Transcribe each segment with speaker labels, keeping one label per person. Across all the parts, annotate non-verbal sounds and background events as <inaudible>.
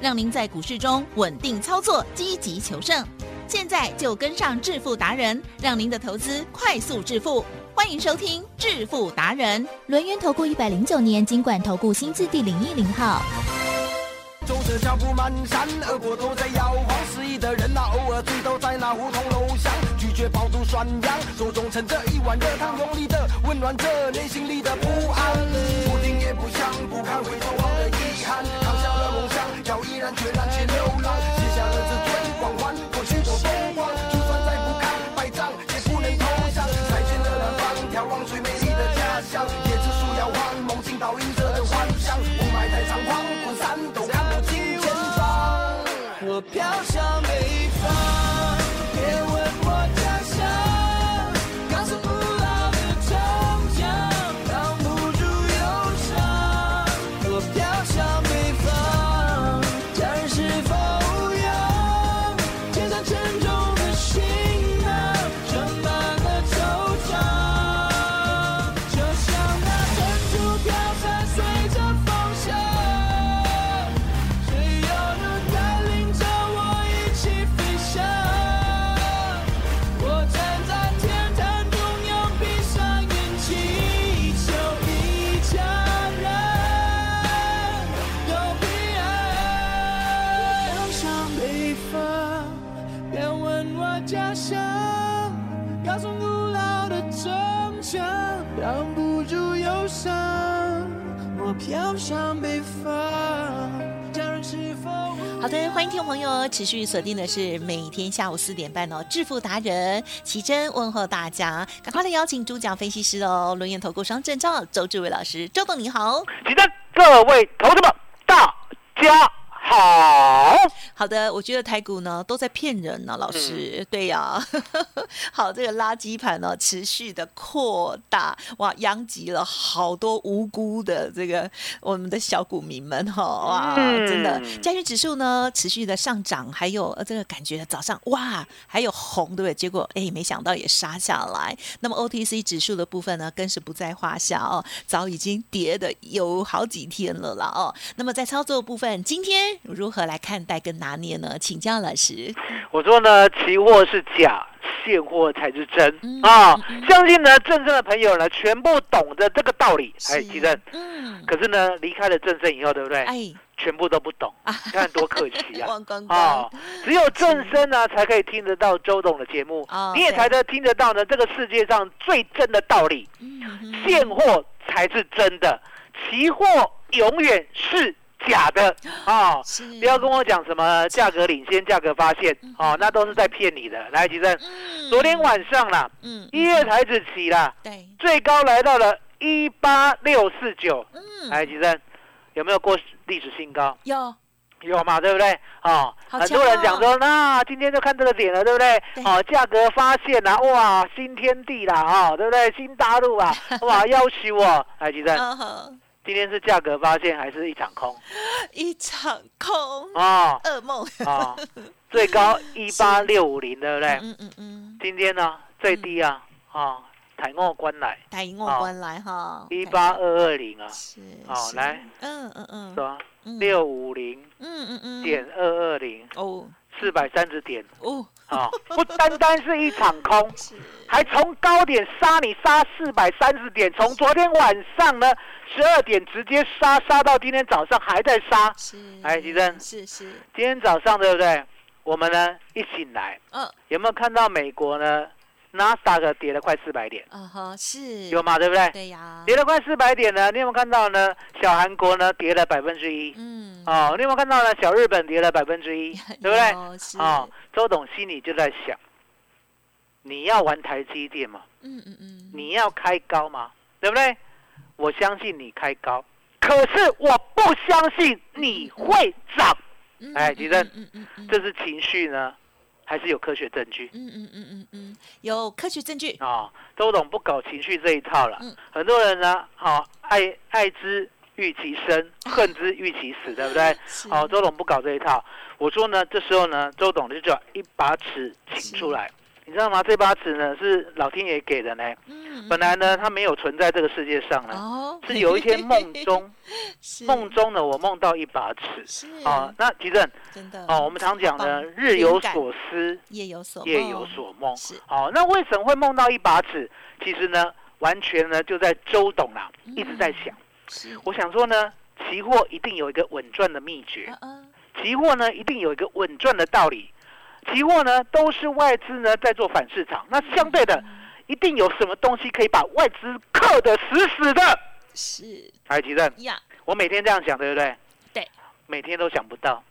Speaker 1: 让您在股市中稳定操作，积极求胜。现在就跟上致富达人，让您的投资快速致富。欢迎收听《致富达人》，
Speaker 2: 轮源投顾一百零九年经管投顾新字第零一零号。
Speaker 3: 走着脚步蹒跚，俄国都在摇晃，失意的人呐、偶尔醉倒在那胡同楼巷，拒绝饱读涮羊，手中盛着一碗热汤，用力的温暖着内心里的不安，不听也不想，不堪回头望的遗憾，扛下了梦想，要毅然决然去流浪，卸下了这最光环，过去都风光，就算再不堪百丈，也不能投降，再见了南方，眺望最美丽的家乡，椰子树摇晃，梦境倒映着的幻想，雾霾在长狂，滚散都看不清前方。我飘向北方，别问我家乡，告诉不老的长江，挡不住忧伤。我飘向北方，战士风扬，肩上沉重的行囊，装满了惆怅。就像那珍珠飘散，随着风向，只有你带领着我一起飞翔。我站在天坛中央，闭上眼睛，求一家人有平安。飘向北方，别问我家乡，高耸古老的城墙，挡不住忧伤。我飘向北方，家人是否？
Speaker 1: 好的，欢迎听众朋友持续锁定的是每天下午四点半哦，致富达人奇珍问候大家，赶快来邀请主讲分析师哦，轮研投顾商证照周志伟老师，周董你好。
Speaker 4: 请问各位投资们，大家好。
Speaker 1: 好的，我觉得台股呢都在骗人呢、老师，对呀、 <laughs> 好，这个垃圾盘呢持续的扩大，哇，殃及了好多无辜的这个我们的小股民们哈、哇，
Speaker 4: 嗯
Speaker 1: 真的，加权指数呢持续的上涨，还有呃这个感觉早上哇还有红，对不对？结果哎没想到也杀下来，那么 OTC 指数的部分呢更是不在话下哦，早已经跌的有好几天了啦哦，那么在操作部分，今天如何来看待跟拿捏呢？请教老师。
Speaker 4: 我说呢，期货是假，现货才是真
Speaker 1: 嗯
Speaker 4: 啊
Speaker 1: 嗯！
Speaker 4: 相信呢，正正的朋友呢，全部懂得这个道理。哎，
Speaker 1: 是
Speaker 4: 奇珍，
Speaker 1: 嗯，
Speaker 4: 可是呢，离开了正正以后，对不对？
Speaker 1: 哎，
Speaker 4: 全部都不懂，
Speaker 1: 啊
Speaker 4: 你看多可惜
Speaker 1: <laughs>
Speaker 4: 啊！
Speaker 1: 忘光光
Speaker 4: 哦，，只有正生呢，才可以听得到周董的节目
Speaker 1: 哦，
Speaker 4: 你也
Speaker 1: 对
Speaker 4: 才能听得到呢这个世界上最真的道理。
Speaker 1: 嗯哼
Speaker 4: 现货才是真的，期货永远是假的啊！哦
Speaker 1: 是
Speaker 4: 不要跟我讲什么价格领先、价格发现哦，那都是在骗你的。来，吉正，
Speaker 1: 嗯
Speaker 4: 昨天晚上啦，
Speaker 1: 嗯
Speaker 4: 一月台子起啦，
Speaker 1: 对，
Speaker 4: 最高来到了一八六四九。
Speaker 1: 嗯，
Speaker 4: 来，吉正，有没有过历史新高？
Speaker 1: 有
Speaker 4: 有嘛，对不对？哦，
Speaker 1: 好
Speaker 4: 很多人
Speaker 1: 强
Speaker 4: 讲
Speaker 1: 哦
Speaker 4: 说，那、今天就看这个点了，对不对？
Speaker 1: 对
Speaker 4: 哦，价格发现啦、哇，新天地啦，哦，对不对？新大
Speaker 1: <laughs>
Speaker 4: 陆啊，哇，要求我，来，吉正，
Speaker 1: 嗯哼，
Speaker 4: 今天是价格发现还是一场空？
Speaker 1: 一场空
Speaker 4: 哦
Speaker 1: 噩梦， <laughs>
Speaker 4: 哦，最高一八六五零，对不对？
Speaker 1: 嗯嗯嗯，
Speaker 4: 今天呢，最低啊，哦，台澳关来
Speaker 1: 打赢我
Speaker 4: 哦
Speaker 1: 关来哈，哎
Speaker 4: 一八二二零啊，
Speaker 1: 是
Speaker 4: 哦
Speaker 1: 是
Speaker 4: 来，
Speaker 1: 嗯嗯嗯
Speaker 4: 是，吧？
Speaker 1: 嗯，
Speaker 4: 六五零
Speaker 1: 嗯嗯嗯，
Speaker 4: 点二二零，
Speaker 1: 哦
Speaker 4: 四百三十点
Speaker 1: 哦
Speaker 4: 啊，不单单是一场空，
Speaker 1: 是，
Speaker 4: 还从高点杀你杀四百三十点，从昨天晚上呢十二点直接杀杀到今天早上还在杀，
Speaker 1: 是，
Speaker 4: 哎吉珍
Speaker 1: 是是，
Speaker 4: 今天早上对不对？我们呢一醒来
Speaker 1: 嗯
Speaker 4: 有没有看到美国呢 NASDAQ 跌了快四百点？
Speaker 1: 啊哈是，
Speaker 4: 有吗？对不对？
Speaker 1: 对啊呀，
Speaker 4: 跌了快四百点呢，你有没有看到呢？小韩国呢跌了百分之一，
Speaker 1: 嗯，
Speaker 4: 哦，你有没有看到呢？小日本跌了百分之一，对不对？
Speaker 1: <laughs> 有？是，
Speaker 4: 哦，周董心里就在想，你要玩台积电吗？
Speaker 1: 嗯嗯嗯，
Speaker 4: 你要开高吗？对不对？我相信你开高，可是我不相信你会涨，
Speaker 1: 嗯
Speaker 4: 哎
Speaker 1: 嗯
Speaker 4: 吉珍
Speaker 1: 嗯嗯嗯嗯
Speaker 4: 这是情绪呢，还是有科学证据？
Speaker 1: 嗯嗯嗯嗯嗯，有科学证据，
Speaker 4: 啊、周董不搞情绪这一套了。
Speaker 1: 嗯
Speaker 4: 很多人呢，好、爱爱之欲其
Speaker 1: <laughs>
Speaker 4: 生，恨之欲其死，对不对？
Speaker 1: 是
Speaker 4: 哦，周董不搞这一套。我说呢，这时候呢，周董就叫一把尺请出来，你知道吗？这把尺呢是老天爷给的呢，
Speaker 1: 嗯，
Speaker 4: 本来呢它没有存在这个世界上呢，
Speaker 1: 哦，
Speaker 4: 是有一天
Speaker 1: <laughs>
Speaker 4: 梦中
Speaker 1: 是
Speaker 4: 梦中呢我梦到一把尺
Speaker 1: 是
Speaker 4: 啊。那其正
Speaker 1: 真的
Speaker 4: 哦，我们常讲呢，日有所思，
Speaker 1: 夜有所
Speaker 4: 夜
Speaker 1: 梦
Speaker 4: 有所梦。
Speaker 1: 是
Speaker 4: 好、那为什么会梦到一把尺？其实呢，完全呢就在周董啦、
Speaker 1: 嗯
Speaker 4: 一直在想。
Speaker 1: 是，
Speaker 4: 我想说呢，期货一定有一个稳赚的秘诀
Speaker 1: 嗯，嗯
Speaker 4: 期货呢一定有一个稳赚的道理。期货呢都是外资呢在做反市场，那相对的，
Speaker 1: 嗯
Speaker 4: 一定有什么东西可以把外资克得死死的。
Speaker 1: 是
Speaker 4: 哎，奇正，
Speaker 1: 呀，
Speaker 4: 我每天这样想，对不对？
Speaker 1: 对，
Speaker 4: 每天都想不到。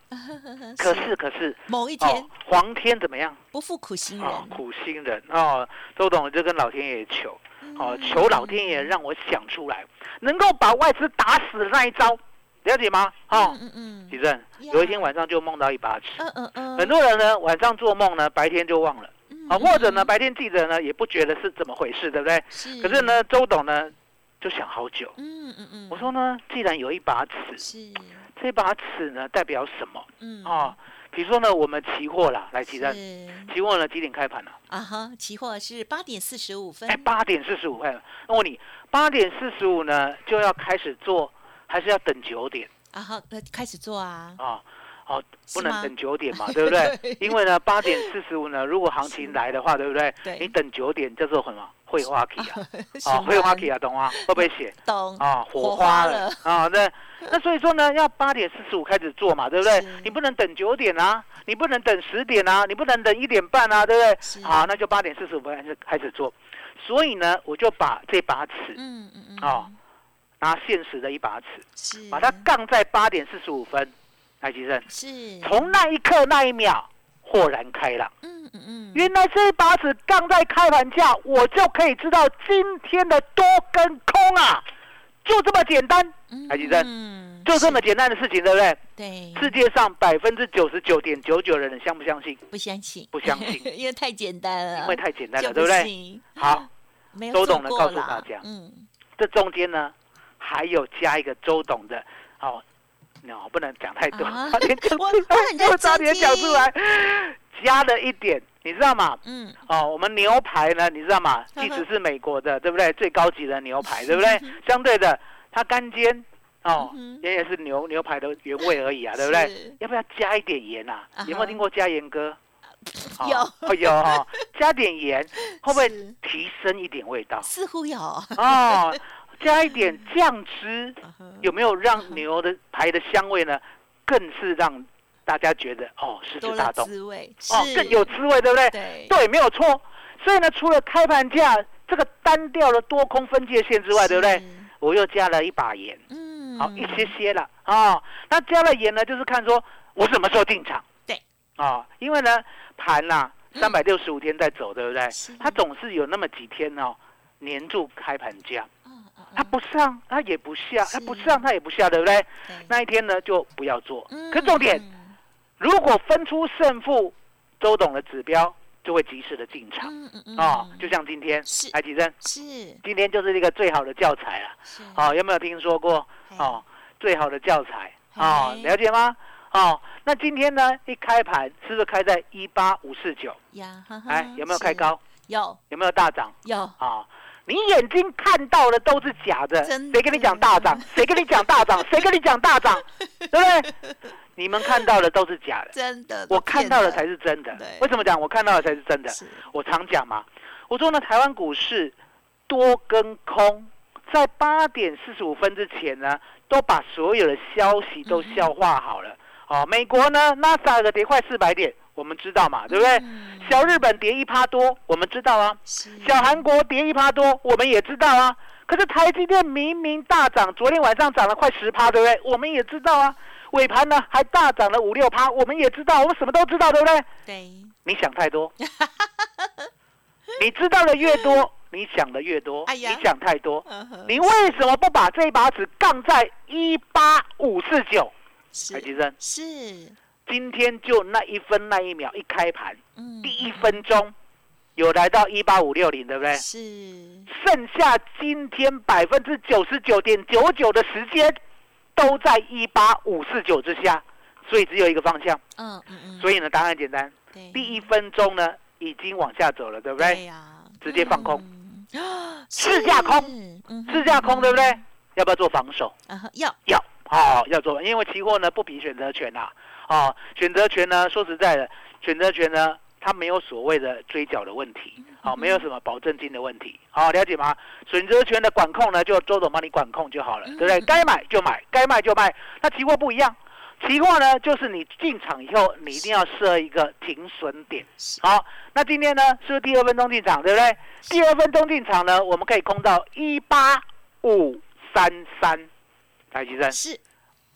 Speaker 4: 可是可是，
Speaker 1: 某一
Speaker 4: 哦
Speaker 1: 天，嗯
Speaker 4: 皇天怎么样？
Speaker 1: 不负苦心
Speaker 4: 哦
Speaker 1: 人，，
Speaker 4: 苦心人哦，周董就跟老天爷求，
Speaker 1: 嗯
Speaker 4: 哦，求老天爷让我想出来，能够把外资打死的那一招，了解吗？哦，
Speaker 1: 嗯嗯
Speaker 4: 奇正，
Speaker 1: 呀
Speaker 4: 有一天晚上就梦到一把尺，
Speaker 1: 嗯嗯嗯，
Speaker 4: 很多人呢晚上做梦呢，白天就忘了，啊，
Speaker 1: 嗯
Speaker 4: 或者呢
Speaker 1: 嗯
Speaker 4: 白天记得呢也不觉得是怎么回事，对不对？
Speaker 1: 是，
Speaker 4: 可是，呢周董呢就想好久，
Speaker 1: 嗯嗯嗯，
Speaker 4: 我说呢，既然有一把尺，
Speaker 1: 是，
Speaker 4: 这把尺呢代表什么？
Speaker 1: 嗯
Speaker 4: 哦，比如说呢我们期货啦，来奇正，
Speaker 1: 是
Speaker 4: 期货呢几点开盘呢、
Speaker 1: 嗯啊哈，期货是八点四十五分
Speaker 4: 哎，，八点四十五块。那我问你，八点四十五呢就要开始做，还是要等九点
Speaker 1: 啊哈，呃开始做啊，
Speaker 4: 啊？哦，
Speaker 1: 是
Speaker 4: 不
Speaker 1: 吗
Speaker 4: 能等九
Speaker 1: <laughs>
Speaker 4: 点嘛，对不对？因为呢，八点四十五呢，如果行情来的话，对不对？
Speaker 1: 对
Speaker 4: 你等九点叫做什么？绘画 K
Speaker 1: <laughs>
Speaker 4: 啊，啊，
Speaker 1: 循
Speaker 4: 绘画
Speaker 1: 环
Speaker 4: K 啊，懂吗？会不会写
Speaker 1: 懂，
Speaker 4: 啊？
Speaker 1: 嗯火
Speaker 4: 火
Speaker 1: 花
Speaker 4: 花
Speaker 1: 了
Speaker 4: 了啊？那那所以说呢，要八点四十五开始做嘛，对不对
Speaker 1: 是？
Speaker 4: 你不能等九点啊，你不能等十点啊，你不能等一点半啊，对不对？
Speaker 1: 是
Speaker 4: 好，那就八点四十五分开始开始做。所以呢，我就把这把尺
Speaker 1: 嗯嗯嗯，
Speaker 4: 哦，拿现实的一把尺，
Speaker 1: 是，嗯
Speaker 4: 把它杠在八点四十五分，来吉正，
Speaker 1: 是，
Speaker 4: 从那一刻那一秒豁然开朗。
Speaker 1: 嗯嗯嗯，
Speaker 4: 原来这一把尺杠在开盘价，我就可以知道今天的多跟空啊，就这么简单，海基站
Speaker 1: 嗯，
Speaker 4: 就这么
Speaker 1: 是
Speaker 4: 简单的事情，对不对？
Speaker 1: 对，
Speaker 4: 世界上百分之九十九点九九的人相不相信？
Speaker 1: 不相信，
Speaker 4: 不
Speaker 1: <laughs>
Speaker 4: 相信
Speaker 1: 因为太简单了，
Speaker 4: 因为太简单
Speaker 1: 嗯就
Speaker 4: 了，对不对？
Speaker 1: 信？
Speaker 4: 好，
Speaker 1: 没有
Speaker 4: 周
Speaker 1: 做
Speaker 4: 董呢
Speaker 1: 过
Speaker 4: 告诉
Speaker 1: 啦
Speaker 4: 大家 <laughs>
Speaker 1: 嗯，
Speaker 4: 这中间呢还有加一个周董的，哦，那、我不能讲太多， <laughs>
Speaker 1: 啊
Speaker 4: 差点讲出
Speaker 1: 我
Speaker 4: 来
Speaker 1: 我很认真，
Speaker 4: 我差点讲出
Speaker 1: 听
Speaker 4: 来，加了一点，你知道吗？
Speaker 1: 嗯，
Speaker 4: 哦，我们牛排呢，你知道吗？即使是美国的，对不对？最高级的牛
Speaker 1: 嗯
Speaker 4: 排，对不对？相对的，它干煎哦
Speaker 1: 嗯哼，
Speaker 4: 也也是牛牛排的原味而已 <laughs> 啊，对不对？
Speaker 1: 是？
Speaker 4: 要不要加一点盐啊
Speaker 1: 啊哈？
Speaker 4: 有没有听过加盐歌？哦
Speaker 1: 有
Speaker 4: 哦
Speaker 1: <laughs>
Speaker 4: 有哦，加点盐会不会
Speaker 1: 是？
Speaker 4: 提升一点味道
Speaker 1: 似乎有， <laughs>
Speaker 4: 哦，加一点酱汁，
Speaker 1: 啊哈
Speaker 4: 有没有让牛的排的香味呢？更是让大家觉得哦，食
Speaker 1: 多
Speaker 4: 指大
Speaker 1: 了
Speaker 4: 动
Speaker 1: 滋味，是
Speaker 4: 哦，更有滋味，对不对？
Speaker 1: 对
Speaker 4: 对，没有错。所以呢，除了开盘价这个单调的多空分界线之外，对不对？？
Speaker 1: 是
Speaker 4: 我又加了一把盐，
Speaker 1: 嗯，
Speaker 4: 好、一些些了啊、哦。那加了盐呢，就是看说我什么时候进场。
Speaker 1: 对，
Speaker 4: 啊、因为呢，盘呐、
Speaker 1: 嗯
Speaker 4: 三百六十五天在走，对不对
Speaker 1: 是？
Speaker 4: 它总是有那么几天哦，黏住开盘价，
Speaker 1: 嗯，嗯
Speaker 4: 它不上，它也不下，
Speaker 1: 是
Speaker 4: 它不上，它也不下，对不对？
Speaker 1: 嗯对
Speaker 4: 那一天呢，就不要做。
Speaker 1: 嗯
Speaker 4: 可重点，
Speaker 1: 嗯
Speaker 4: 如果分出胜负，周董的指标就会及时的进场。
Speaker 1: 嗯嗯嗯
Speaker 4: 哦，
Speaker 1: 嗯
Speaker 4: 就像今天
Speaker 1: 是，
Speaker 4: 海奇珍，
Speaker 1: 是
Speaker 4: 今天就是一个最好的教材了。
Speaker 1: 是，
Speaker 4: 哦，有没有听说过？
Speaker 1: 嘿
Speaker 4: 哦，最好的教材，哦，
Speaker 1: 嘿
Speaker 4: 了解吗？哦，那今天呢，一开盘是不是开在一八五四九？
Speaker 1: 呀，哈哈
Speaker 4: 哎，有没有
Speaker 1: 嗯
Speaker 4: 开
Speaker 1: 是
Speaker 4: 高？
Speaker 1: 有
Speaker 4: 有没有大涨？
Speaker 1: 有，
Speaker 4: 啊，你眼睛看到的都是假的，
Speaker 1: 真的
Speaker 4: 谁跟你讲大涨？谁跟你讲大涨？谁跟你讲
Speaker 1: <laughs>
Speaker 4: 大涨？对不对？你们看到的都是假的，
Speaker 1: 真的，
Speaker 4: 我看到的才
Speaker 1: 是
Speaker 4: 是真的
Speaker 1: 对。
Speaker 4: 为什么讲我看到的才是真的？
Speaker 1: 是
Speaker 4: 我常讲嘛，我说呢，台湾股市多跟空，在八点四十五分之前呢，都把所有的消息都
Speaker 1: 嗯
Speaker 4: 消化好了。哦，美国呢，纳斯达克跌快四百点，我们知道嘛，对不对？
Speaker 1: 嗯
Speaker 4: 小日本跌一趴多，我们知道啊。
Speaker 1: 是
Speaker 4: 小韩国跌一趴多，我们也知道啊。可是台积电明明大涨，昨天晚上涨了快十趴，对不对？我们也知道啊。尾盘呢还大涨了五六趴，我们也知道，我们什么都知道，对不对？
Speaker 1: 对，
Speaker 4: 你想太
Speaker 1: <laughs>
Speaker 4: 多，你知道的越多，你想的越多，
Speaker 1: 哎呀
Speaker 4: 你想太多。
Speaker 1: 嗯哼
Speaker 4: 你为什么不把这一把尺杠在一八五四九？海吉
Speaker 1: 是
Speaker 4: 生，
Speaker 1: 是，
Speaker 4: 今天就那一分那一秒一开盘，
Speaker 1: 嗯，
Speaker 4: 第一分钟有来到一八五六零，对不对？
Speaker 1: 是
Speaker 4: 剩下今天百分之九十九点九九的时间，都在一八五四九之下，所以只有一个方向。
Speaker 1: 嗯嗯嗯，
Speaker 4: 所以呢，答案简单，
Speaker 1: 以
Speaker 4: 第一分钟呢已经往下走了，对不
Speaker 1: 对
Speaker 4: 对？
Speaker 1: 呀，
Speaker 4: 直接放空，
Speaker 1: 嗯 <gasps> 啊，
Speaker 4: 市价空
Speaker 1: 是，嗯哼
Speaker 4: 是架空，对不？对？要不要做防守？
Speaker 1: 啊哈，要，
Speaker 4: 要哦，要做，因为期货呢不比选择权啦、啊，哦，选择权呢说实在的，选择权呢它没有所谓的追缴的问题，哦，没有什么保证金的问题，哦，了解吗？选择权的管控呢，就周总帮你管控就好了，对不对？该买就买，该卖就卖。那期货不一样，期货呢就是你进场以后，你一定要设一个停损点。
Speaker 1: 是
Speaker 4: 好，那今天呢是不是第二分钟进场，对不对？第二分钟进场呢，我们可以空到一八五三三，台积生。
Speaker 1: 是，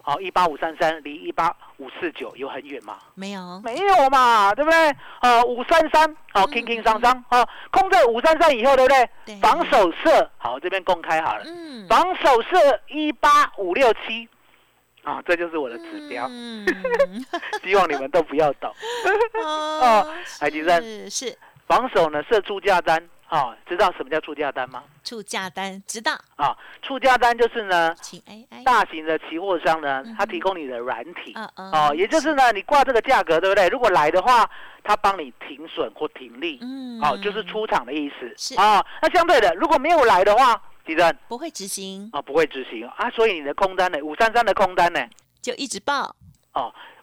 Speaker 4: 好，一八五三三离一八五四九有很远吗？
Speaker 1: 没有，
Speaker 4: 没有嘛，对不对？呃，五三三，好，
Speaker 1: 嗯
Speaker 4: 轻轻桑桑，好，空在五三三以后，对不对？
Speaker 1: 对
Speaker 4: 防守设，好，这边公开好了，
Speaker 1: 嗯，
Speaker 4: 防守设一八五六七，啊，这就是我的指标，
Speaker 1: 嗯，
Speaker 4: <laughs> 希望你们都不要
Speaker 1: <laughs>
Speaker 4: 倒。
Speaker 1: 哦，
Speaker 4: 海基站
Speaker 1: 是是
Speaker 4: 防守呢设出价单，啊，知道什么叫出价单吗？
Speaker 1: 出价单，知道，
Speaker 4: 啊，出价单就是呢，
Speaker 1: 请哎 AI，
Speaker 4: 大型的期货商呢
Speaker 1: 嗯哼，
Speaker 4: 它提供你的软体，
Speaker 1: 嗯嗯，
Speaker 4: 哦，也就是呢，你挂这个价格，对不对？如果来的话，它帮你停损或停利，
Speaker 1: 嗯，
Speaker 4: 哦，就是出场的意思。
Speaker 1: 是
Speaker 4: 哦，那相对的，如果没有来的话，地震
Speaker 1: 不会执行
Speaker 4: 啊不会执行啊，所以你的空单呢，五三三的空单呢，哦
Speaker 1: 就一直报，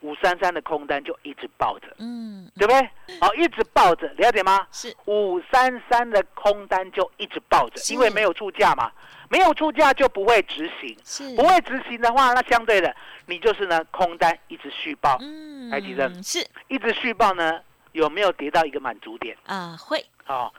Speaker 4: 五三三的空单就一直抱着，
Speaker 1: 嗯，
Speaker 4: 对不对？哦，一直抱着，了解吗？
Speaker 1: 是
Speaker 4: 五三三的空单就一直抱着，
Speaker 1: 是
Speaker 4: 因为没有出价嘛，没有出价就不会执行，
Speaker 1: 是，
Speaker 4: 不会执行的话，那相对的，你就是呢空单一直续报，
Speaker 1: 嗯，
Speaker 4: 台积电
Speaker 1: 是
Speaker 4: 一直续报呢，有没有跌到一个满足点？
Speaker 1: 啊，会，
Speaker 4: 哦，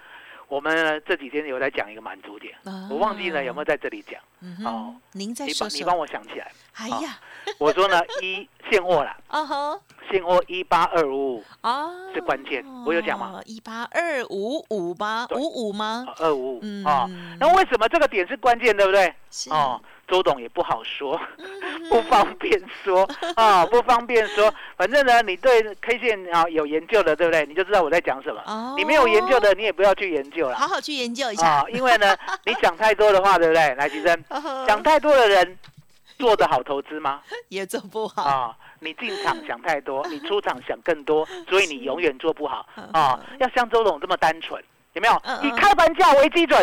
Speaker 4: 我们呢这几天有在讲一个满足点，我
Speaker 1: 我
Speaker 4: 忘记了有没有在这里讲，
Speaker 1: 有
Speaker 4: 哦，
Speaker 1: 嗯您啊再
Speaker 4: 你
Speaker 1: 说
Speaker 4: 帮你
Speaker 1: 说
Speaker 4: 帮，我想起来。
Speaker 1: 哎呀，
Speaker 4: 我哦
Speaker 1: <laughs>
Speaker 4: 说呢，一现货啦，
Speaker 1: 哦吼，
Speaker 4: 现货一八二五五
Speaker 1: 哦，
Speaker 4: 是关键我有讲吗？
Speaker 1: 一八二五五吗？
Speaker 4: 对哦
Speaker 1: 五五吗？
Speaker 4: 二五
Speaker 1: 嗯
Speaker 4: 五啊。那为什么这个点是关键，对不对？
Speaker 1: 是嗯
Speaker 4: 哦，，周董也不好说， <laughs> 不方便说啊、不方便说。反正呢，你对 K 线啊有研究的，对不对？你就知道我在讲什么。
Speaker 1: 哦
Speaker 4: 你没有研究的，你也不要去研究了
Speaker 1: 好好去研究一下。哦
Speaker 4: 啊、因
Speaker 1: <laughs>
Speaker 4: 为呢，你讲太多的话，对不对？来，吉生，
Speaker 1: 呵呵
Speaker 4: 想太多的人做的好投资吗？
Speaker 1: 也做不
Speaker 4: 啊、
Speaker 1: 好，
Speaker 4: 你进场想太
Speaker 1: <laughs>
Speaker 4: 多，你出场想更多，所以你永远做不好啊、
Speaker 1: 嗯
Speaker 4: 要像周董这么单纯，有没有
Speaker 1: 嗯？嗯
Speaker 4: 以开盘价为基准，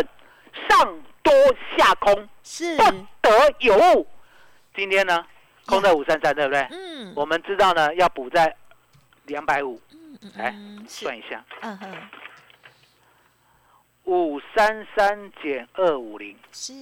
Speaker 4: 上多下空，
Speaker 1: 是
Speaker 4: 不得有误。今天呢，空在五三三，对不对？
Speaker 1: 嗯，
Speaker 4: 我们知道呢，要补在两百五，
Speaker 1: 嗯嗯
Speaker 4: 来
Speaker 1: 嗯是
Speaker 4: 算一下，
Speaker 1: 嗯哼
Speaker 4: 五三三减二五零，
Speaker 1: 是，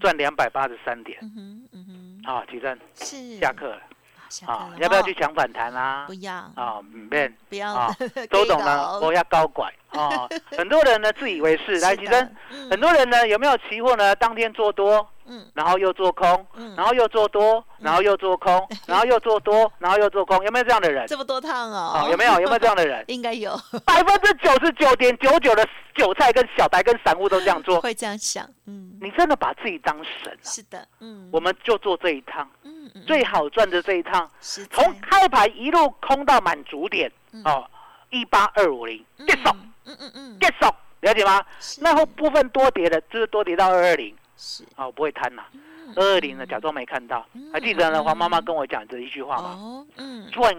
Speaker 4: 赚两百八十三点。
Speaker 1: 嗯哼嗯哼
Speaker 4: 啊，起身
Speaker 1: 是
Speaker 4: 下课了
Speaker 1: 下课
Speaker 4: 啊
Speaker 1: 了，
Speaker 4: 要不要
Speaker 1: 哈
Speaker 4: 去？抢反弹啦
Speaker 1: 不？要
Speaker 4: 啊，唔变，
Speaker 1: 不要 <laughs>
Speaker 4: 啊，周董呢，
Speaker 1: 搞
Speaker 4: 我要高拐
Speaker 1: <laughs>
Speaker 4: 啊。很多人呢自以为是，来起身，，
Speaker 1: 是的
Speaker 4: 很多人呢有没有期货呢？当天做多，
Speaker 1: 嗯
Speaker 4: 然后又做空，
Speaker 1: 嗯
Speaker 4: 然
Speaker 1: 嗯，
Speaker 4: 后又做多，然后又
Speaker 1: <laughs>
Speaker 4: 做空，然后又做多，然后又做空，有没有这样的人？
Speaker 1: 这么多趟哦？
Speaker 4: 啊，，有没有有没有这样的人
Speaker 1: <laughs> 应该
Speaker 4: <laughs>
Speaker 1: 有，
Speaker 4: 百分之九十九点九九的韭菜跟小白跟散户都这样做，
Speaker 1: 会这样想，嗯，
Speaker 4: 你真的把自己当神啊？
Speaker 1: 是的，嗯，
Speaker 4: 我们就做这一趟，
Speaker 1: 嗯嗯
Speaker 4: 最好赚的这一趟。
Speaker 1: 实在
Speaker 4: 从开盘一路空到满足点
Speaker 1: 嗯
Speaker 4: 哦，一八二五零，
Speaker 1: 嗯
Speaker 4: 结束
Speaker 1: 嗯嗯嗯，
Speaker 4: 结束，了解吗？
Speaker 1: 是
Speaker 4: 那后部分多跌的，就是多跌到二二零
Speaker 1: 是
Speaker 4: 哦，不会贪呐。
Speaker 1: 嗯
Speaker 4: 二二零呢，假装没看到
Speaker 1: 嗯，
Speaker 4: 还记得呢？
Speaker 1: 嗯
Speaker 4: 黄妈妈跟我讲这一句话吗？
Speaker 1: 哦，嗯，
Speaker 4: 赚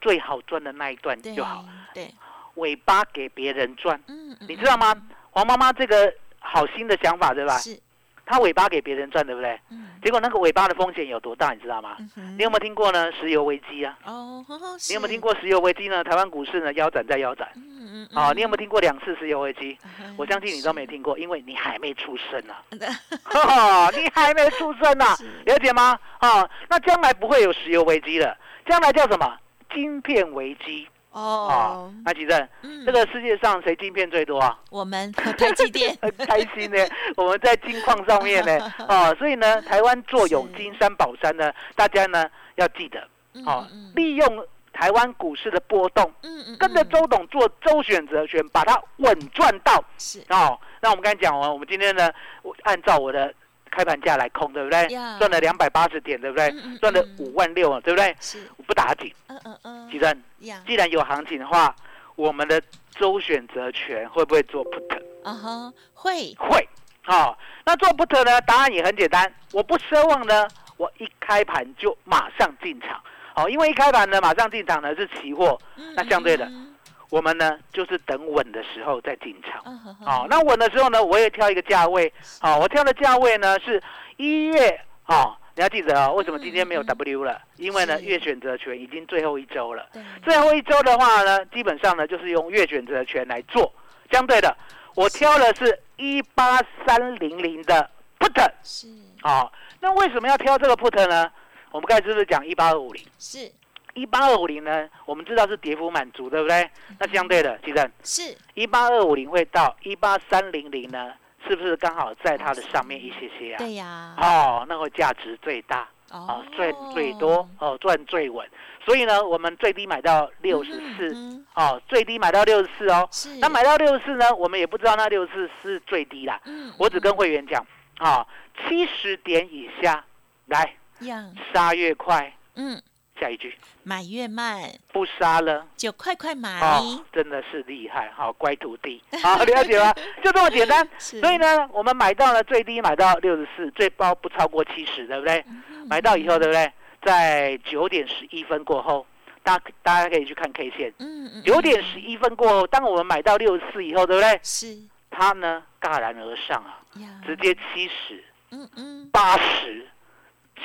Speaker 4: 最好赚的那一段
Speaker 1: 对
Speaker 4: 就好，，
Speaker 1: 对，
Speaker 4: 尾巴给别人赚，
Speaker 1: 嗯，嗯
Speaker 4: 你知道吗？黄妈妈这个好心的想法对吧？
Speaker 1: 是，
Speaker 4: 她尾巴给别人赚，对不对？
Speaker 1: 嗯
Speaker 4: 结果那个尾巴的风险有多大，你知道吗？
Speaker 1: 嗯哼
Speaker 4: 你有没有听过呢？石油危机啊？
Speaker 1: 哦，
Speaker 4: 你有没有听
Speaker 1: 过？
Speaker 4: 过石油危机呢？台湾股市呢腰斩再腰斩。
Speaker 1: 嗯嗯嗯，
Speaker 4: 啊，你有没有听过两次石油危机？
Speaker 1: 嗯
Speaker 4: 我相信你都没，听过，因为你还没出生呢、
Speaker 1: 是的
Speaker 4: 啊，你还没出生呢、
Speaker 1: 嗯 <laughs> 是
Speaker 4: 了解吗？啊，那将来不会有石油危机了，将来叫什么？晶片危机啊
Speaker 1: 哦，！
Speaker 4: 那其正，
Speaker 1: 嗯
Speaker 4: 这个世界上谁晶片最多
Speaker 1: <laughs>
Speaker 4: 啊？
Speaker 1: 我们台积电，
Speaker 4: 很开心呢，我们在金矿上面呢，
Speaker 1: <laughs>
Speaker 4: 啊，所以呢，台湾坐
Speaker 1: 是
Speaker 4: 拥金山宝山呢，大家呢要记得，
Speaker 1: 嗯
Speaker 4: <laughs> 啊，
Speaker 1: 嗯嗯
Speaker 4: 利用台湾股市的波动，
Speaker 1: 嗯嗯，
Speaker 4: 跟着
Speaker 1: 嗯
Speaker 4: 周董做周选择权，把它稳赚到。
Speaker 1: 是
Speaker 4: 哦，那我们刚才讲完，我们今天呢，我按照我的开盘价来空，对不对？
Speaker 1: Yeah
Speaker 4: 赚了两百八十点，对不对？
Speaker 1: 嗯嗯
Speaker 4: 赚了
Speaker 1: 嗯
Speaker 4: 五万六，对不对？
Speaker 1: 是，
Speaker 4: 不打紧，
Speaker 1: 嗯嗯
Speaker 4: 其
Speaker 1: 嗯，
Speaker 4: 实
Speaker 1: 呀，
Speaker 4: 既然有行情的话，我们的周选择权会不会做 put？
Speaker 1: 啊哈，会，
Speaker 4: 会。哦，那做 put 呢？答案也很简单，我不奢望呢，我一开开盘就马上进场。好、因为一开盘呢，马上进场呢是期货，
Speaker 1: 嗯
Speaker 4: 那相对的，
Speaker 1: 嗯
Speaker 4: 我们呢就是等稳的时候再进场。
Speaker 1: 嗯嗯
Speaker 4: 哦，那稳的时候呢，我也挑一个价位。哦，我挑的价位呢是一月哦，你要记得哦，为什么今天没有
Speaker 1: 嗯
Speaker 4: W 了？因为呢，
Speaker 1: 是
Speaker 4: 月选择权已经最后一周了。
Speaker 1: 对，
Speaker 4: 最后一周的话呢，基本上呢就是用月选择权来做。相对的，我挑的是一八三零零的 put
Speaker 1: 是
Speaker 4: 哦。那为什么要挑这个 put 呢？我们刚才是不是讲一八二五零？
Speaker 1: 是
Speaker 4: 一八二五零呢，我们知道是跌幅满足，对不对？那相对的，其实
Speaker 1: 是，
Speaker 4: 一八二五零会到一八三零零呢，是不是刚好在它的上面一些些啊？
Speaker 1: 对呀，
Speaker 4: 哦，那会价值最大哦
Speaker 1: 哦，
Speaker 4: 赚最多哦，赚最稳。所以呢，我们最低买到六十四
Speaker 1: 嗯嗯
Speaker 4: 哦，最低买到六十四哦。
Speaker 1: 是，
Speaker 4: 那买到六十四呢，我们也不知道那六十四是最低啦。
Speaker 1: 嗯，
Speaker 4: 我只跟会员讲啊，七、十点以下来
Speaker 1: 一样，
Speaker 4: 杀越快，
Speaker 1: 嗯，
Speaker 4: 下一句
Speaker 1: 买越慢
Speaker 4: 不杀了。
Speaker 1: 就快快买，
Speaker 4: 哦，真的是厉害，好、乖徒
Speaker 1: <laughs>
Speaker 4: 弟，好、了解吗？就这么简单。
Speaker 1: 嗯是
Speaker 4: 所以呢，我们买到了最低买到六十四，最高不超过七十，对不对？
Speaker 1: 嗯
Speaker 4: 买到以后，对不对？在九点十一分过后，大大家可以去看 K 线，
Speaker 1: 嗯嗯，
Speaker 4: 九点
Speaker 1: 嗯
Speaker 4: 十一分过后，当我们买到六十四以后，对不对？
Speaker 1: 是
Speaker 4: 它呢戛然而上啊，
Speaker 1: 呀，
Speaker 4: 直接七十、
Speaker 1: 嗯嗯
Speaker 4: 八十、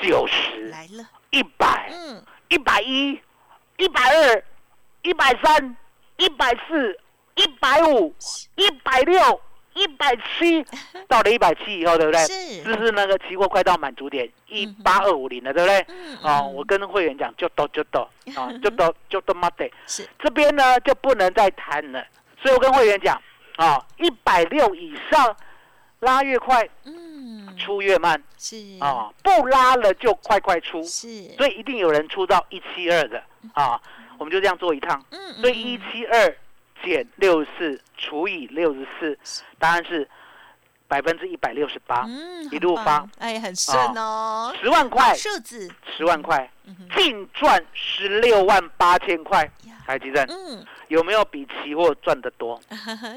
Speaker 4: 九十、
Speaker 1: 来了，
Speaker 4: 一百、
Speaker 1: 嗯，
Speaker 4: 一百一、一百二、一百三、一百四、一百五、一百六、一百
Speaker 1: <laughs>
Speaker 4: 七，到了一百七以后，对不对？
Speaker 1: 是
Speaker 4: 这是那个期货快到满足点一
Speaker 1: 嗯
Speaker 4: 八二五零了，对不对？
Speaker 1: 嗯
Speaker 4: 哦，
Speaker 1: 嗯
Speaker 4: 我跟会员讲，就都就都
Speaker 1: <laughs>
Speaker 4: 啊，就都就都妈的，
Speaker 1: 是
Speaker 4: 这边呢就不能再谈了，所以我跟会员讲，啊，一百六以上拉越快，
Speaker 1: 嗯
Speaker 4: 出越慢
Speaker 1: 是
Speaker 4: 啊，不拉了就快快出，
Speaker 1: 嗯是，
Speaker 4: 所以一定有人出到一七二的啊，我们就这样做一趟。
Speaker 1: 嗯嗯
Speaker 4: 所以一
Speaker 1: 嗯
Speaker 4: 七二减六十四除以六十四，答案是百分之一百六十八，
Speaker 1: 嗯，
Speaker 4: 一
Speaker 1: 很
Speaker 4: 路啊哎
Speaker 1: 棒
Speaker 4: 发，
Speaker 1: 哎，很顺哦，
Speaker 4: 十万块，
Speaker 1: 数字，
Speaker 4: 十万块
Speaker 1: 嗯哼，
Speaker 4: 净赚十六万八千块
Speaker 1: 呀。
Speaker 4: 台积电
Speaker 1: 嗯，
Speaker 4: 有没有比期货赚得多？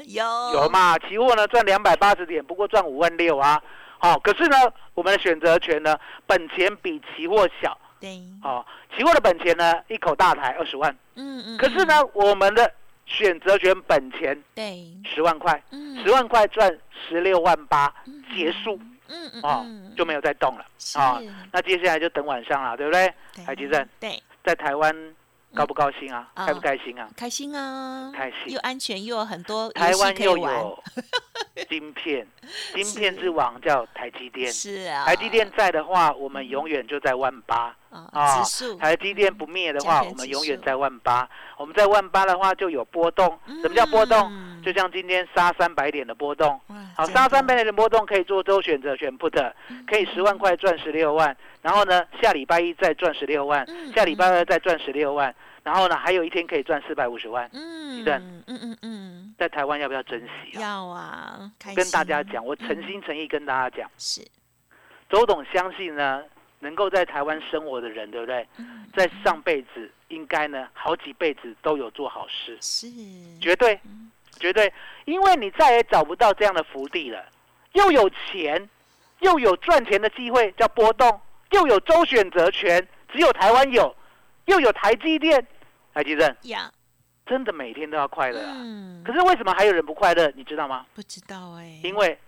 Speaker 1: 有
Speaker 4: 有？嘛？期货呢赚两百八十点，不过赚五万六啊。好、可是呢，我们的选择权呢，本钱比期货小。
Speaker 1: 对，
Speaker 4: 哦，期货的本钱呢，一口大台二十万，
Speaker 1: 嗯嗯，
Speaker 4: 可是呢，我们的选择权本钱
Speaker 1: 嗯，对，
Speaker 4: 十万块，
Speaker 1: 嗯，
Speaker 4: 十万块赚十六万八，结束
Speaker 1: 嗯嗯
Speaker 4: 哦，
Speaker 1: 嗯
Speaker 4: 就没有再动了
Speaker 1: 是
Speaker 4: 啊、那接下来就等晚上了，对不对？
Speaker 1: 对
Speaker 4: 台积电
Speaker 1: 对，
Speaker 4: 在台湾高不高兴啊？
Speaker 1: 嗯
Speaker 4: 开不开心啊？
Speaker 1: 开心啊，
Speaker 4: 开心
Speaker 1: 又安全，又有很多
Speaker 4: 台
Speaker 1: 游戏
Speaker 4: 湾
Speaker 1: 可
Speaker 4: 又
Speaker 1: 以玩， <laughs>
Speaker 4: 有晶片，晶片之王叫台积电。
Speaker 1: 是啊，
Speaker 4: 台积电在的话，我们永远就在万八。
Speaker 1: 啊，
Speaker 4: 啊
Speaker 1: 指数，
Speaker 4: 台积电不灭的话，
Speaker 1: 加权
Speaker 4: 我们
Speaker 1: 指
Speaker 4: 永远
Speaker 1: 数
Speaker 4: 在万八。我们在万八的话就有波动。什么叫波动？
Speaker 1: 嗯
Speaker 4: 就像今天杀三百点的波动。
Speaker 1: 哇
Speaker 4: 好，
Speaker 1: 真
Speaker 4: 杀三
Speaker 1: 的嗯
Speaker 4: 百点的波动可以做周选择选 put，可以十万块赚十六万，然后呢下礼拜一再赚十六万
Speaker 1: 嗯，
Speaker 4: 下礼拜二再赚十六万，然后呢还有一天可以赚四百五十万。
Speaker 1: 嗯，
Speaker 4: 的
Speaker 1: 嗯嗯嗯，
Speaker 4: 在台湾要不要珍惜啊？
Speaker 1: 要啊，开
Speaker 4: 跟大家
Speaker 1: 心
Speaker 4: 讲，我诚心诚意跟大家讲，
Speaker 1: 是，
Speaker 4: 周董相信呢，能够在台湾生活的人，对不对？
Speaker 1: 嗯
Speaker 4: 在上辈子应该呢，好几辈子都有做好事，
Speaker 1: 是，
Speaker 4: 绝对
Speaker 1: 嗯，
Speaker 4: 绝对，因为你再也找不到这样的福地了，又有钱，又有赚钱的机会，叫波动，又有周选择权，只有台湾有，又有台积电，台积电
Speaker 1: 呀，
Speaker 4: 真的每天都要快乐啊！
Speaker 1: 嗯，
Speaker 4: 可是为什么还有人不快乐？你知道吗？
Speaker 1: 不知道哎，
Speaker 4: 因为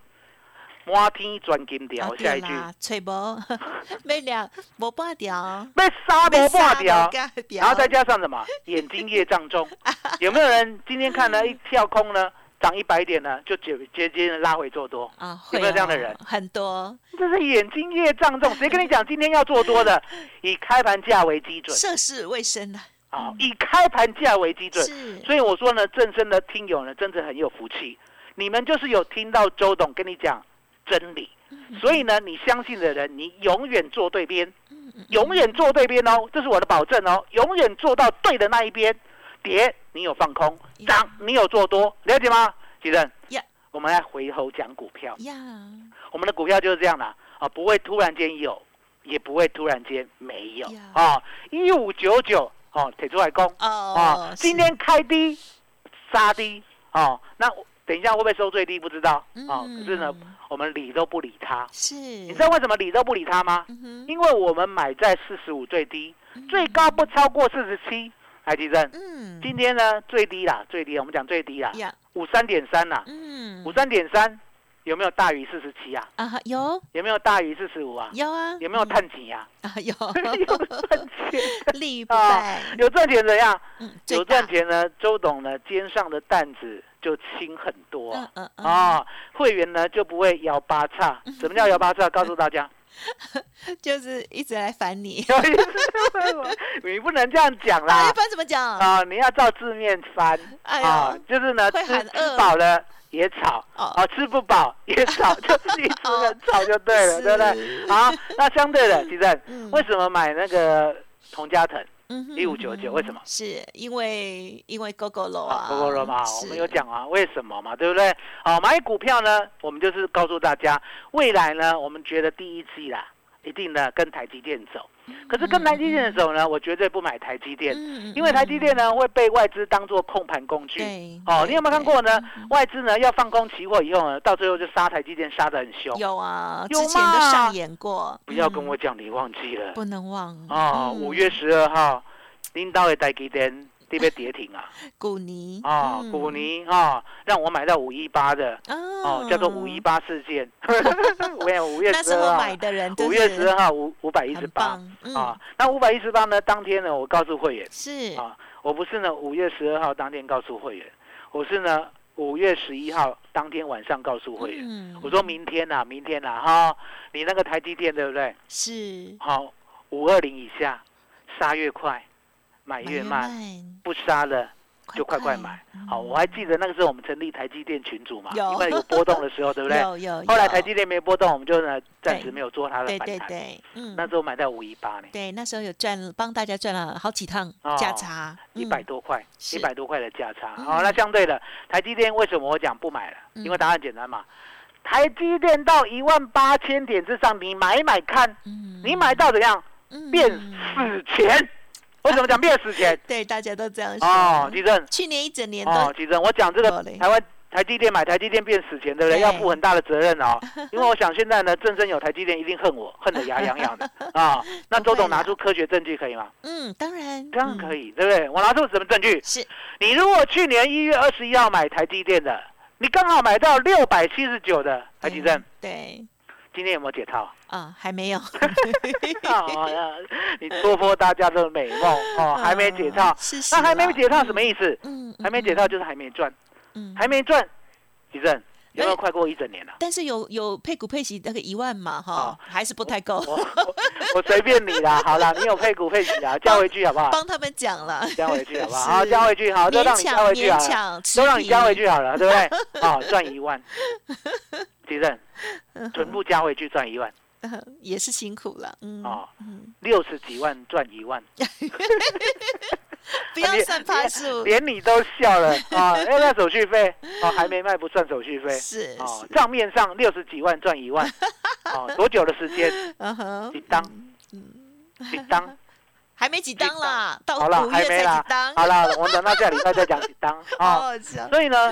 Speaker 4: 摩天转金
Speaker 1: 哦
Speaker 4: 条，下一句
Speaker 1: 吹波， <laughs> 没了，无半条，
Speaker 4: 被杀
Speaker 1: 被
Speaker 4: 不挂
Speaker 1: 杀
Speaker 4: 掉
Speaker 1: 无。挂掉
Speaker 4: 然后再加上什么眼睛业障重，有没有人今天看了一跳空呢，涨一百点呢，就直接接着拉回做多？
Speaker 1: 啊，
Speaker 4: 有
Speaker 1: 会
Speaker 4: 没有这样的
Speaker 1: 哦
Speaker 4: 人
Speaker 1: 很多，
Speaker 4: 这是眼睛业障重，谁跟你讲今天要做多的？以开盘价为基准，
Speaker 1: 涉世未深的，
Speaker 4: 啊、以开盘价为基准。
Speaker 1: 是，
Speaker 4: 所以我说呢，正声的听友呢，真的很有福气，你们就是有听到周董跟你讲真理，所以呢，你相信的人，你永远坐对边。
Speaker 1: 嗯嗯
Speaker 4: 永远坐对边哦，这是我的保证哦，永远坐到对的那一边。跌你有放空，涨你有做多，了解吗？吉正
Speaker 1: 呀，
Speaker 4: 我们来回头讲股票，
Speaker 1: 呀
Speaker 4: 我们的股票就是这样啦，啊，不会突然间有，也不会突然间没有
Speaker 1: 呀
Speaker 4: 啊。一五九九哦，铁柱外公
Speaker 1: 哦
Speaker 4: 啊，今天开低杀低哦，那得等一下会不会收最低不知道啊、
Speaker 1: 嗯
Speaker 4: 可是呢，我们理都不理它。
Speaker 1: 是，
Speaker 4: 你
Speaker 1: 你
Speaker 4: 知道为什么理都不理它吗？
Speaker 1: 嗯哼，
Speaker 4: 因为我们买在四十五最低，最高不超过四十七。台积电
Speaker 1: 嗯，
Speaker 4: 今天呢最低啦，最低我们讲最低啦，
Speaker 1: 呀，
Speaker 4: 五三点三啦，
Speaker 1: 嗯，
Speaker 4: 五三点三有没有大于四十七啊？
Speaker 1: 啊，有
Speaker 4: 有没有大于四十五啊？
Speaker 1: 有
Speaker 4: <laughs>
Speaker 1: 啊，
Speaker 4: 有没有
Speaker 1: 嗯
Speaker 4: 探底啊？
Speaker 1: 啊？有
Speaker 4: 有赚钱，
Speaker 1: 利不败，
Speaker 4: 有赚钱怎样？
Speaker 1: 嗯，最
Speaker 4: 啊有赚
Speaker 1: 大，
Speaker 4: 钱呢，周董呢肩上的担子就轻很多
Speaker 1: 嗯
Speaker 4: 啊。
Speaker 1: 嗯嗯，
Speaker 4: 啊，会员呢就不会摇八叉。什么叫摇八叉？告诉大
Speaker 1: <laughs>
Speaker 4: 家， <laughs>
Speaker 1: 就是一直来烦你，
Speaker 4: 你不能这样讲
Speaker 1: 啊，
Speaker 4: 啦
Speaker 1: 一。般怎么讲？
Speaker 4: 啊，你要照字面翻
Speaker 1: 哎
Speaker 4: 啊
Speaker 1: 呀，，
Speaker 4: 就是呢，
Speaker 1: 会
Speaker 4: 吃
Speaker 1: 喊饿
Speaker 4: 吃饱了也吵，
Speaker 1: 哦
Speaker 4: 啊，吃不
Speaker 1: <laughs>
Speaker 4: 饱也吵，就是一直很吵就对了，
Speaker 1: 是
Speaker 4: 对不对？好，那相对的，其实
Speaker 1: 嗯
Speaker 4: 为什么买那个童家腾？
Speaker 1: 嗯哼
Speaker 4: 1599为什么
Speaker 1: 是因为因为 GoGo 楼
Speaker 4: 啊
Speaker 1: 啊，
Speaker 4: ，Go 了嘛，我们有
Speaker 1: 是，
Speaker 4: 讲啊，为什么嘛，对不对？好，买股票呢，我们就是告诉大家，未来呢，我们觉得第一季啦，一定呢跟台积电走，可是跟台积电走呢，我绝对不买台积电，
Speaker 1: 嗯
Speaker 4: 因为台积电
Speaker 1: 呢，
Speaker 4: 呢会被外资当做控盘工具。
Speaker 1: 对，
Speaker 4: 哦，
Speaker 1: 对
Speaker 4: 你有没有
Speaker 1: 对
Speaker 4: 看？
Speaker 1: 嗯
Speaker 4: 过呢？外资呢要放空期货以后呢，到最后就杀台积电，杀得很凶。
Speaker 1: 有啊，之
Speaker 4: 有
Speaker 1: 前都
Speaker 4: 嘛
Speaker 1: 上演过，
Speaker 4: 不要
Speaker 1: 嗯
Speaker 4: 跟我讲你忘记了
Speaker 1: 不能忘
Speaker 4: 哦，
Speaker 1: 嗯
Speaker 4: 五月十二号，领导的台积电特别跌停啊，
Speaker 1: 古尼
Speaker 4: 哦，
Speaker 1: 嗯
Speaker 4: 古尼哦，让我买到五一八的，哦，叫做五一
Speaker 1: 啊
Speaker 4: 八事
Speaker 1: <laughs>
Speaker 4: 件，我也五月
Speaker 1: 那
Speaker 4: 十
Speaker 1: 时候
Speaker 4: 二
Speaker 1: 买
Speaker 4: 号，啊
Speaker 1: 的人真
Speaker 4: 五月
Speaker 1: 是
Speaker 4: 十二号五五百一十
Speaker 1: 很
Speaker 4: 八
Speaker 1: 棒，嗯
Speaker 4: 啊，那五百一十八呢？当天呢，我告诉会员，
Speaker 1: 是
Speaker 4: 啊我不是呢五月十二号当天告诉会员，我是呢五月十一号当天晚上告诉会员，
Speaker 1: 嗯
Speaker 4: 我说明天呐、啊明天呐、哈、你那个台积电对不对？
Speaker 1: 是
Speaker 4: 好、五二零以下，杀越快，买
Speaker 1: 买
Speaker 4: 越慢，不杀了。就快快买。好，我还记得那个时候我们成立台积电群组嘛，
Speaker 1: 嗯有
Speaker 4: 因为有波动的时候，对不
Speaker 1: <laughs>
Speaker 4: 对？
Speaker 1: 有有，
Speaker 4: 后来
Speaker 1: 有
Speaker 4: 台积电没波动，我们就呢暂
Speaker 1: 对
Speaker 4: 时没有做它的
Speaker 1: 对
Speaker 4: 反
Speaker 1: 对
Speaker 4: 弹。
Speaker 1: 对，嗯，
Speaker 4: 那时候买在五一八呢，
Speaker 1: 对那时候有赚了，帮大家赚了好几趟价
Speaker 4: 哦
Speaker 1: 差，
Speaker 4: 一百
Speaker 1: 嗯
Speaker 4: 多块，
Speaker 1: 是
Speaker 4: 一百多块的价差。
Speaker 1: 嗯
Speaker 4: 好，那相对的，台积电为什么我讲不买了？
Speaker 1: 嗯
Speaker 4: 因为答案简单嘛，台积电到一万八千点之上，你买一买看，
Speaker 1: 嗯
Speaker 4: 你买到怎样变
Speaker 1: 嗯
Speaker 4: 死钱？为什么讲变死钱？
Speaker 1: 对，大家都这样
Speaker 4: 哦，
Speaker 1: 说。
Speaker 4: 地震，
Speaker 1: 去年一整年都
Speaker 4: 哦，地震，我讲这
Speaker 1: 没
Speaker 4: 个
Speaker 1: 嘞
Speaker 4: 台湾。台积电买台积电变死钱，对不对？
Speaker 1: 对
Speaker 4: 要负很大的责任
Speaker 1: <laughs>
Speaker 4: 哦，因为我想现在呢，正身有台积电一定恨我，恨得牙痒
Speaker 1: <laughs>
Speaker 4: 痒的啊、那周
Speaker 1: 不会
Speaker 4: 董
Speaker 1: 啦
Speaker 4: 拿出科学证据可以吗？
Speaker 1: 嗯，当然
Speaker 4: 当然可
Speaker 1: 以，
Speaker 4: 以，对不对？我拿出什么证据？
Speaker 1: 是
Speaker 4: 你如果去年一月二十一号买台积电的，你刚好买到六百七十九的台积电，
Speaker 1: 对
Speaker 4: 今天有没有
Speaker 1: <laughs>
Speaker 4: 解套？
Speaker 1: 啊，还
Speaker 4: <laughs>
Speaker 1: 没有
Speaker 4: 啊，你戳破大家的美梦
Speaker 1: <laughs>
Speaker 4: 哦，还没解套
Speaker 1: 嗯。是
Speaker 4: 那还没解套什
Speaker 1: 么？
Speaker 4: 么意思？
Speaker 1: 嗯，
Speaker 4: 还没解
Speaker 1: 到，
Speaker 4: 套就是还没赚，
Speaker 1: 嗯，哎
Speaker 4: 还没赚，地震有没有快过一整年了？
Speaker 1: 但是有有配股配息那个一万嘛，哈
Speaker 4: 哦，
Speaker 1: 还是不太够，
Speaker 4: 我我我随便你啦，好啦，你有配股配息啊，加回去好不好？
Speaker 1: 帮他们讲了，
Speaker 4: 加回去
Speaker 1: <laughs>
Speaker 4: 好不好？
Speaker 1: 是
Speaker 4: 好，加回去好，都让
Speaker 1: 勉
Speaker 4: 你
Speaker 1: 强
Speaker 4: 加回去好
Speaker 1: 勉
Speaker 4: 了，
Speaker 1: 强，
Speaker 4: 都让你加回
Speaker 1: 去，
Speaker 4: 去好了，对不
Speaker 1: <laughs>
Speaker 4: 对？好，赚一万，地震
Speaker 1: 嗯
Speaker 4: 全部加回去赚一万。
Speaker 1: <laughs> 也是辛苦了，嗯，
Speaker 4: 哦
Speaker 1: 嗯
Speaker 4: 六十几万赚一万，啊
Speaker 1: 不要
Speaker 4: 连
Speaker 1: 算趴数，
Speaker 4: 连你都
Speaker 1: <laughs>
Speaker 4: 笑了啊！要不要手续费？哦，还没卖不算手续费。
Speaker 1: 是
Speaker 4: 哦
Speaker 1: 是，，
Speaker 4: 账面上六十几万赚
Speaker 1: <laughs>
Speaker 4: 一万，哦，多久的时间？
Speaker 1: 嗯哼
Speaker 4: 几，当？几当？
Speaker 1: 还没几档啦，到
Speaker 4: 好了，
Speaker 1: 嗯哦五
Speaker 4: 还
Speaker 1: 月才哦
Speaker 4: 没啦
Speaker 1: 几档，
Speaker 4: 好了，我们等到下礼拜再讲几
Speaker 1: <laughs>
Speaker 4: 当
Speaker 1: 好
Speaker 4: 啊。
Speaker 1: 好笑，
Speaker 4: 所以
Speaker 1: <laughs>
Speaker 4: 呢，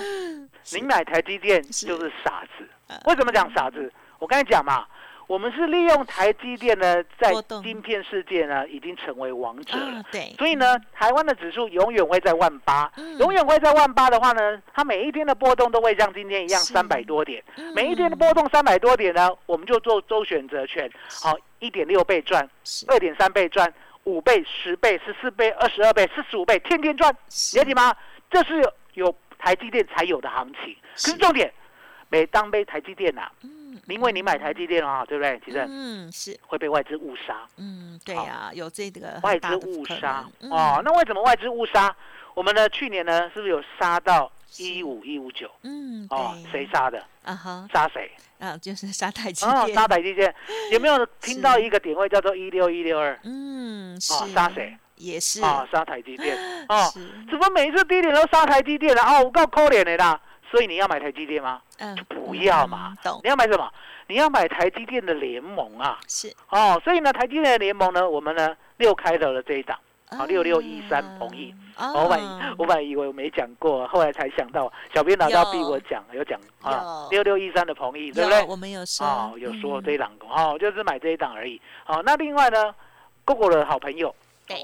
Speaker 4: 你买台积电
Speaker 1: 是
Speaker 4: 就是傻子
Speaker 1: 嗯。
Speaker 4: 为什么讲傻子？我刚才讲嘛，我们是利用台积电呢，在
Speaker 1: 波动
Speaker 4: 晶片世界呢，已经成为王者了
Speaker 1: 啊。，对，
Speaker 4: 所以呢，台湾的指数永远会在万八、
Speaker 1: 嗯
Speaker 4: 永远会在万八的话呢，它每一天的波动都会像今天一样
Speaker 1: 是
Speaker 4: 三百多点，
Speaker 1: 嗯
Speaker 4: 每一天的波动三百多点呢，我们就做周选择权，好，一点六倍赚，
Speaker 1: 是
Speaker 4: 二点三倍赚，五倍、十倍、十四倍、二十二倍、四十五倍，天天赚，
Speaker 1: 是
Speaker 4: 了解吗？这是有有台积电才有的行情。可是重点，每当被台积电啊，
Speaker 1: 嗯
Speaker 4: 因为你买台积电啊，对不对？其实
Speaker 1: 嗯是
Speaker 4: 会被外资误杀。
Speaker 1: 嗯对
Speaker 4: 好
Speaker 1: 呀，有这个很
Speaker 4: 外
Speaker 1: 大
Speaker 4: 资
Speaker 1: 的
Speaker 4: 误
Speaker 1: 可
Speaker 4: 杀
Speaker 1: 能嗯
Speaker 4: 哦，那为什么外资误杀？我们呢去年呢是不是有杀到
Speaker 1: 是
Speaker 4: 一五一五九？
Speaker 1: 嗯
Speaker 4: 哦，
Speaker 1: 对
Speaker 4: 谁杀的？
Speaker 1: 啊哈
Speaker 4: 杀
Speaker 1: <laughs>
Speaker 4: 谁？
Speaker 1: 啊就是沙太基
Speaker 4: 哦，
Speaker 1: 电
Speaker 4: 杀台积电。
Speaker 1: <laughs>
Speaker 4: 有没有听到一个点位叫做一六一六二？
Speaker 1: 嗯，是
Speaker 4: 哦杀谁？
Speaker 1: 也是
Speaker 4: 哦，杀台
Speaker 1: <laughs>
Speaker 4: 积电。哦，
Speaker 1: 是
Speaker 4: 怎么每一次低点都杀台积电了？哦，我够抠脸的啦。所以你要买台积电吗？
Speaker 1: 嗯
Speaker 4: 就，不要嘛
Speaker 1: 嗯，懂
Speaker 4: 你要买什么？你要买台积电的联盟啊。
Speaker 1: 是
Speaker 4: 哦，所以呢，台积电的联盟呢，我们呢六开头的这一档。好六六一三
Speaker 1: 啊
Speaker 4: 同意。哦我本来我本来以为我没讲过，后来才想到，小编拿到逼我讲，有讲啊，六六一三的鹏益，对不对？
Speaker 1: 我们有说，嗯
Speaker 4: 哦，有说这一档股，哦，就是买这一档而已。好，那另外呢，GoGo 的好朋友，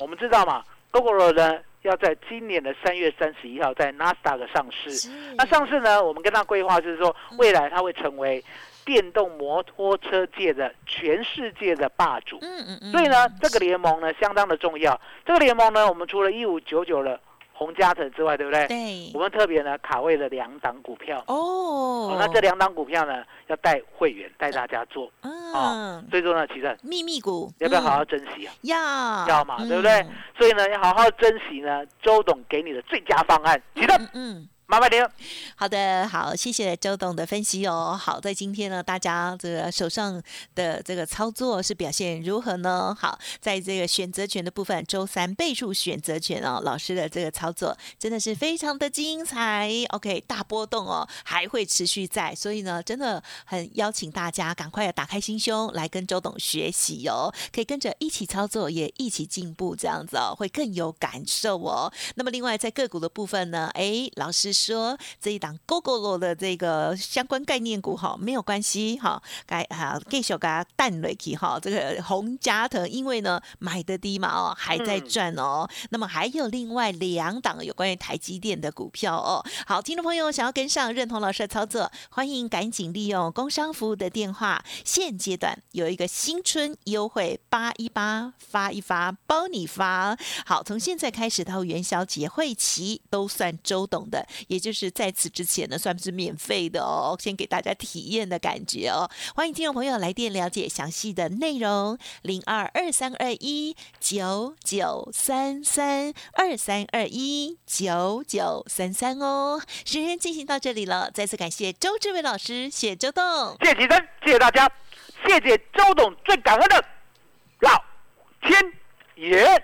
Speaker 4: 我们知道嘛，GoGo 呢要在今年的三月三十一号在 NASDAQ 上市。那上市呢，我们跟他规划就是说，
Speaker 1: 嗯
Speaker 4: 未来它会成为电动摩托车界的全世界的霸主。
Speaker 1: 嗯嗯嗯，
Speaker 4: 所以呢，这个联盟呢相当的重要。这个联盟呢，我们除了一五九九的红加成之外，对不对？
Speaker 1: 对
Speaker 4: 我，们特别呢卡位了两档股票。
Speaker 1: 哦呃
Speaker 4: 好，那这两档股票呢要带会员带大家做，哦
Speaker 1: 嗯，
Speaker 4: 最重要的其实
Speaker 1: 秘密股
Speaker 4: 要不要好好珍惜啊？
Speaker 1: 嗯要嗯
Speaker 4: 要嘛，对不对？所以呢，要好好珍惜呢，周董给你的最佳方案。其他
Speaker 1: 嗯嗯。
Speaker 4: 麻烦您了。
Speaker 1: 好的，好，谢谢周董的分析哦。好，在今天呢，大家这个手上的这个操作是表现如何呢？好，在这个选择权的部分，周三倍数选择权哦，老师的这个操作真的是非常的精彩。OK，大波动哦，还会持续在，所以呢，真的很邀请大家赶快打开心胸来跟周董学习哦，可以跟着一起操作，也一起进步，这样子哦，会更有感受哦。那么另外在个股的部分呢，哎，老师说这一档 GoGo 的这个相关概念股哈，没有关系哈，该啊继续给它淡瑞去哈，这个红加藤因为呢买的低嘛哦，还在
Speaker 4: 嗯
Speaker 1: 赚哦。那么还有另外两档有关于台积电的股票哦。好，听众朋友想要跟上认同老师的操作，欢迎赶紧利用工商服务的电话，现阶段有一个新春优惠八一八发一发，包你发。好，从现在开始到元宵节会期都算周董的，也就是在此之前呢，算是免费的哦，先给大家体验的感觉哦。欢迎听众朋友来电了解详细的内容，零二二三二一九九三三二三二一九九三三哦。时间进行到这里了，再次感谢周志伟老师，谢谢周董。
Speaker 4: 谢谢齐珍，谢谢大家，谢谢周董最感恩的老天爷。